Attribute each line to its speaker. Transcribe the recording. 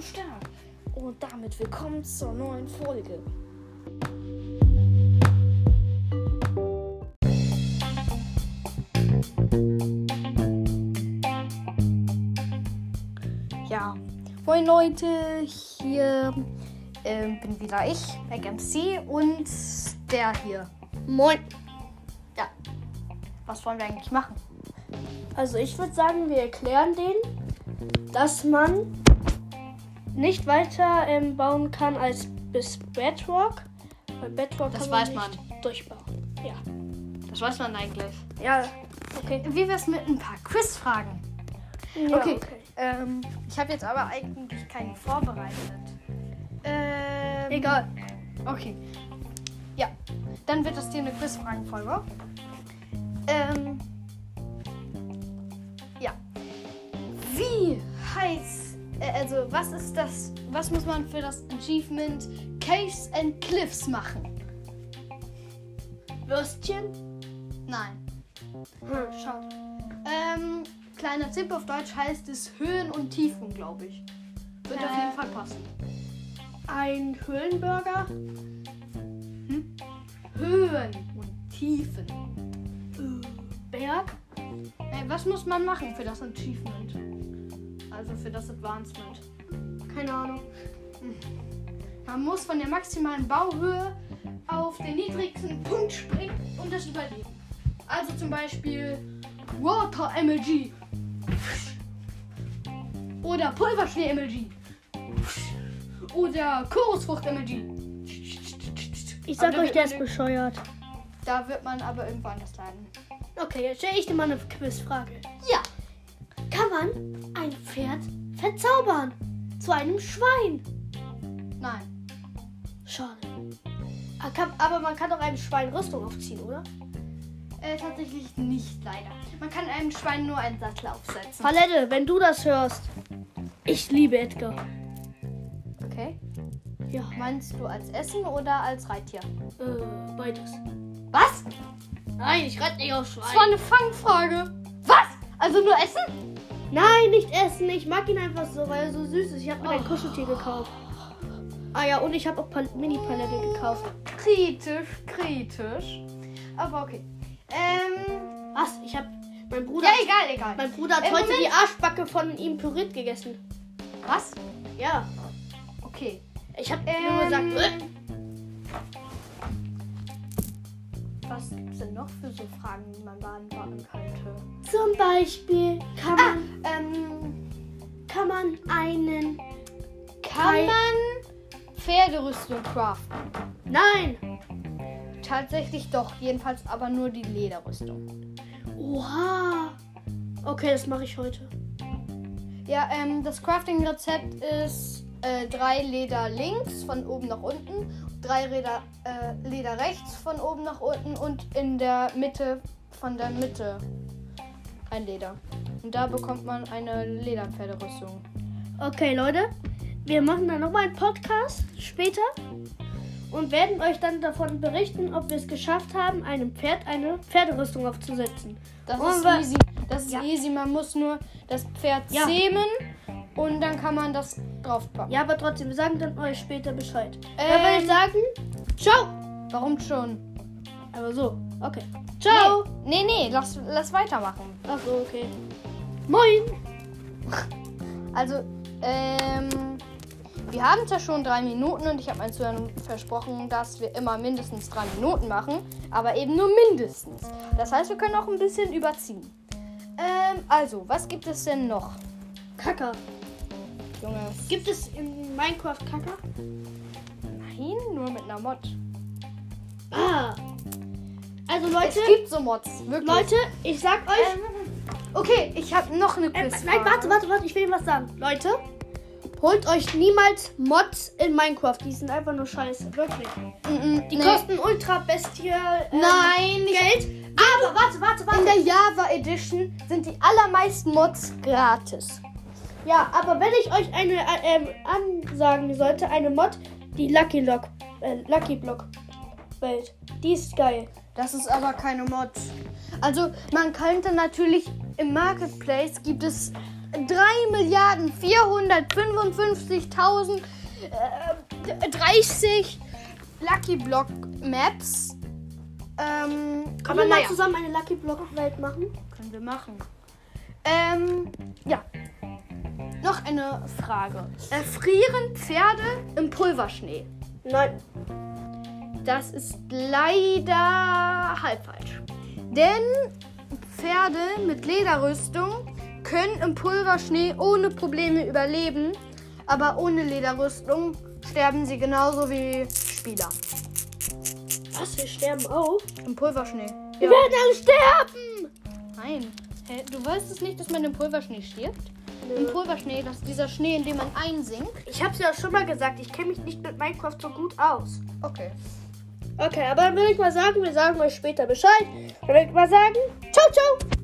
Speaker 1: stark. Und damit willkommen zur neuen Folge. Ja, moin Leute, hier ähm, bin wieder ich, MacMC und der hier.
Speaker 2: Moin.
Speaker 1: Ja, was wollen wir eigentlich machen?
Speaker 2: Also ich würde sagen, wir erklären denen, dass man nicht weiter ähm, bauen kann als bis Bedrock. Weil Bedrock
Speaker 1: Das
Speaker 2: kann
Speaker 1: weiß
Speaker 2: man nicht durchbauen. Ja.
Speaker 1: Das weiß man eigentlich.
Speaker 2: Ja. Okay.
Speaker 1: Wie wär's mit ein paar Quizfragen?
Speaker 2: Ja,
Speaker 1: okay. Ähm, ich habe jetzt aber eigentlich keinen vorbereitet. Ähm,
Speaker 2: Egal.
Speaker 1: Okay. Ja, dann wird das hier eine Quizfragenfolge. Ähm, ja. Wie heißt, äh, also was ist das, was muss man für das Achievement Caves and Cliffs machen?
Speaker 2: Würstchen?
Speaker 1: Nein.
Speaker 2: Hm.
Speaker 1: Schade. Ähm, kleiner Tipp, auf Deutsch heißt es Höhen und Tiefen, glaube ich. Wird auf
Speaker 2: Äh.
Speaker 1: jeden Fall passen.
Speaker 2: Ein Höhlenburger?
Speaker 1: Hm? Höhen und Tiefen. Äh,
Speaker 2: Berg?
Speaker 1: Ey, was muss man machen für das Achievement? Also für das Advancement.
Speaker 2: Keine Ahnung.
Speaker 1: Man muss von der maximalen Bauhöhe auf den niedrigsten Punkt springen und das überleben. Also zum Beispiel Water MLG. Oder Pulverschnee MLG. Oder Chorusfrucht MLG.
Speaker 2: Ich sag
Speaker 1: Aber
Speaker 2: euch, der
Speaker 1: wird
Speaker 2: ist
Speaker 1: man-
Speaker 2: bescheuert.
Speaker 1: Da wird man aber irgendwo anders leiden.
Speaker 2: Okay, jetzt stelle ich dir mal eine Quizfrage.
Speaker 1: Ja.
Speaker 2: Kann man ein Pferd verzaubern? Zu einem Schwein?
Speaker 1: Nein.
Speaker 2: Schade. Ah, kann- Aber man kann doch einem Schwein Rüstung aufziehen, oder?
Speaker 1: Äh, tatsächlich nicht leider. Man kann einem Schwein nur einen Sattel aufsetzen.
Speaker 2: Palette, wenn du das hörst. Ich liebe Edgar.
Speaker 1: Okay.
Speaker 2: Ja,
Speaker 1: Meinst du als Essen oder als Reittier?
Speaker 2: äh, beides.
Speaker 1: Was?
Speaker 2: Nein, ich reite nicht auf
Speaker 1: Das war eine Fangfrage. Was? Also nur Essen?
Speaker 2: Nein, nicht essen. Ich mag ihn einfach so, weil er so süß ist. Ich habe mir
Speaker 1: Oh.
Speaker 2: ein Kuscheltier gekauft. Ah ja, und ich habe auch Pal Mini-Palette gekauft.
Speaker 1: Kritisch, kritisch. Aber okay. Ähm.
Speaker 2: Was? Ich habe mein Bruder.
Speaker 1: Ja, egal, egal.
Speaker 2: Mein Bruder hat
Speaker 1: Ey,
Speaker 2: heute
Speaker 1: Moment.
Speaker 2: die Arschbacke von ihm püriert gegessen.
Speaker 1: Was?
Speaker 2: Ja.
Speaker 1: Okay.
Speaker 2: Ich habe nur gesagt, äh,
Speaker 1: Ähm, was gibt's denn noch für so Fragen, die man beantworten könnte?
Speaker 2: zum Beispiel kann
Speaker 1: Ah,
Speaker 2: man,
Speaker 1: ähm,
Speaker 2: kann man einen.
Speaker 1: kann
Speaker 2: Kein-
Speaker 1: man Pferderüstung craften?
Speaker 2: Nein!
Speaker 1: Tatsächlich doch, jedenfalls aber nur die Lederrüstung.
Speaker 2: Oha! Okay, das mache ich heute.
Speaker 1: Ja, ähm, das Crafting-Rezept ist äh, drei Leder links von oben nach unten, drei Leder, äh, Leder rechts von oben nach unten und in der Mitte von der Mitte ein Leder. Und da bekommt man eine Lederpferderüstung.
Speaker 2: Okay, Leute, wir machen dann nochmal einen Podcast später und werden euch dann davon berichten, ob wir es geschafft haben, einem Pferd eine Pferderüstung aufzusetzen.
Speaker 1: Das
Speaker 2: Und
Speaker 1: ist
Speaker 2: wa-
Speaker 1: easy. Das ist
Speaker 2: Ja.
Speaker 1: easy. Man muss nur das Pferd
Speaker 2: Ja.
Speaker 1: zähmen und dann kann man das draufpacken.
Speaker 2: Ja, aber trotzdem, wir sagen dann euch später Bescheid. Dann würde
Speaker 1: Ähm,
Speaker 2: ich sagen, ciao!
Speaker 1: Warum schon?
Speaker 2: Aber so, okay.
Speaker 1: Ciao! Nee, nee, lass, lass weitermachen.
Speaker 2: Ach so, okay. Moin!
Speaker 1: Also, ähm, wir haben zwar schon drei Minuten und ich habe meinen Zuhörern versprochen, dass wir immer mindestens drei Minuten machen, aber eben nur mindestens. Das heißt, wir können auch ein bisschen überziehen. Ähm, also, was gibt es denn noch,
Speaker 2: Kacker.
Speaker 1: Junge?
Speaker 2: Gibt es in Minecraft Kacker?
Speaker 1: Nein, nur mit einer Mod.
Speaker 2: Ah! Also
Speaker 1: Es
Speaker 2: Leute,
Speaker 1: gibt so Mods, wirklich.
Speaker 2: Leute, ich sag euch,
Speaker 1: Ähm, okay, ich habe noch eine
Speaker 2: Ähm,
Speaker 1: Quizfrage.
Speaker 2: nein, warte, warte, warte, ich will Ihnen was sagen. Leute, holt euch niemals Mods in Minecraft. Die sind einfach nur scheiße, wirklich.
Speaker 1: Mm,
Speaker 2: Die
Speaker 1: nee.
Speaker 2: kosten ultra bestial ähm,
Speaker 1: Nein, ich
Speaker 2: Geld. Aber warte, warte,
Speaker 1: In
Speaker 2: warte.
Speaker 1: der Java Edition sind die allermeisten Mods gratis.
Speaker 2: Ja, aber wenn ich euch eine äh, ähm, ansagen sollte, eine Mod, die Lucky Lock, äh, Lucky Block Welt, die ist geil.
Speaker 1: Das ist aber keine Mod. Also man könnte natürlich im Marketplace gibt es 3 Milliarden 455.000 äh, 30 Lucky Block Maps. Ähm,
Speaker 2: Können
Speaker 1: aber
Speaker 2: wir mal
Speaker 1: naja,
Speaker 2: zusammen eine Lucky Block Welt machen?
Speaker 1: können wir machen. Ähm, ja. Noch eine Frage. Erfrieren Pferde im Pulverschnee?
Speaker 2: Nein.
Speaker 1: Das ist leider halb falsch. Denn Pferde mit Lederrüstung können im Pulverschnee ohne Probleme überleben, aber ohne Lederrüstung sterben sie genauso wie Spieler
Speaker 2: Was? Wir sterben auch?
Speaker 1: im Pulverschnee.
Speaker 2: Wir werden alle sterben!
Speaker 1: Nein. Hä, du weißt es nicht, dass man im Pulverschnee stirbt? Im
Speaker 2: Nö.
Speaker 1: Pulverschnee, das ist dieser Schnee, in dem man einsinkt.
Speaker 2: Ich hab's ja schon mal gesagt, ich kenne mich nicht mit Minecraft so gut aus.
Speaker 1: Okay.
Speaker 2: Okay, aber dann würde ich mal sagen, wir sagen euch später Bescheid. Dann würde ich mal sagen, ciao, ciao!